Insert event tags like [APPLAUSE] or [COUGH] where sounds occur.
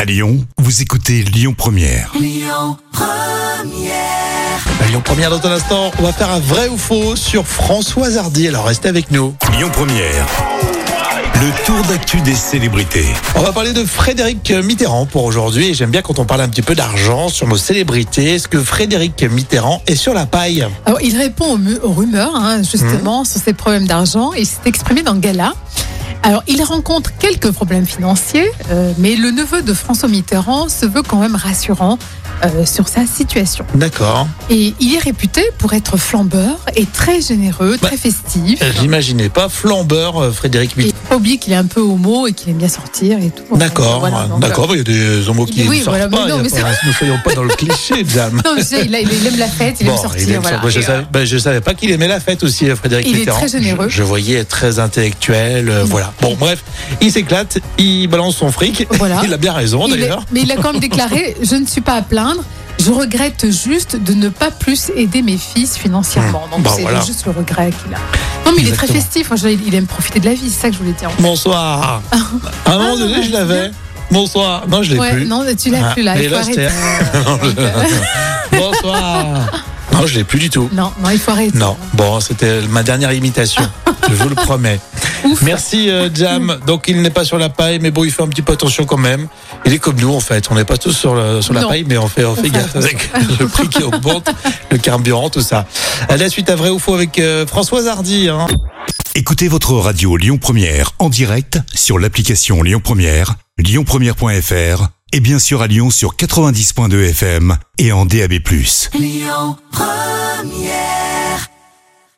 À Lyon, vous écoutez Lyon Première. Lyon Première dans un instant, on va faire un vrai ou faux sur Françoise Hardy. Alors restez avec nous. Lyon Première. Le tour d'actu des célébrités. On va parler de Frédéric Mitterrand pour aujourd'hui. Et J'aime bien quand on parle un petit peu d'argent sur nos célébrités. Est-ce que Frédéric Mitterrand est sur la paille Alors, il répond aux, mu- aux rumeurs, hein, justement, Mhm. sur ses problèmes d'argent. Il s'est exprimé dans le Gala. Alors, il rencontre quelques problèmes financiers, euh, mais le neveu de François Mitterrand se veut quand même rassurant euh, sur sa situation. D'accord. Et il est réputé pour être flambeur et très généreux, très festif. Euh, J'imaginais pas flambeur euh, Frédéric Et Mitterrand. faut pas oublier qu'il est un peu homo et qu'il aime bien sortir et tout. D'accord, Voilà, donc, d'accord, bah, il y a des homos qui Il dit oui, ne sortent voilà, mais pas, non, il y a mais pas- ne soyons pas dans le [LAUGHS] cliché, dame. euh, Non, je sais, il, a- il aime la fête, il aime Bon, sortir. il aime voilà. sortir. Je Et, euh, savais, ben, je savais pas qu'il aimait la fête aussi, euh, Frédéric Il est Mitterrand. très généreux. Je, je voyais très intellectuel, euh, voilà. Bon, bref, il s'éclate, il balance son fric. Voilà. [LAUGHS] Il a bien raison Il est- d'ailleurs. mais il a quand [LAUGHS] même déclaré Je ne suis pas à plaindre. Je regrette juste de ne pas plus aider mes fils financièrement. Donc, Bah, c'est voilà. juste le regret qu'il a. Non, mais il est très Exactement. festif. Moi, je- Il aime profiter de la vie. C'est ça que je voulais dire. Bonsoir. À un moment Ah, donné, je bah, l'avais. Bonsoir. Non, je l'ai Ouais, plus. non, tu l'as Ah, plus là. mais Il faut là, c'était- arrêter. euh, [LAUGHS] Non, je- Bonsoir. Non, je l'ai plus du tout. Non, non, il faut arrêter. Non, bon, c'était ma dernière [LAUGHS] imitation. je vous le promets. Ouf. Merci euh, Jam. Donc il n'est pas sur la paille, mais bon, il fait un petit peu attention quand même. Il est comme nous en fait. On n'est pas tous sur, le- sur la Non. paille, mais on fait, on fait fait gaffe avec [LAUGHS] le prix qui augmente, le carburant, tout ça. À la suite à vrai ou faux avec euh, Françoise Hardy. hein. Écoutez votre radio Lyon Première en direct sur l'application Lyon Première, lyonpremière.fr et bien sûr à Lyon sur 90.2 FM et en DAB+.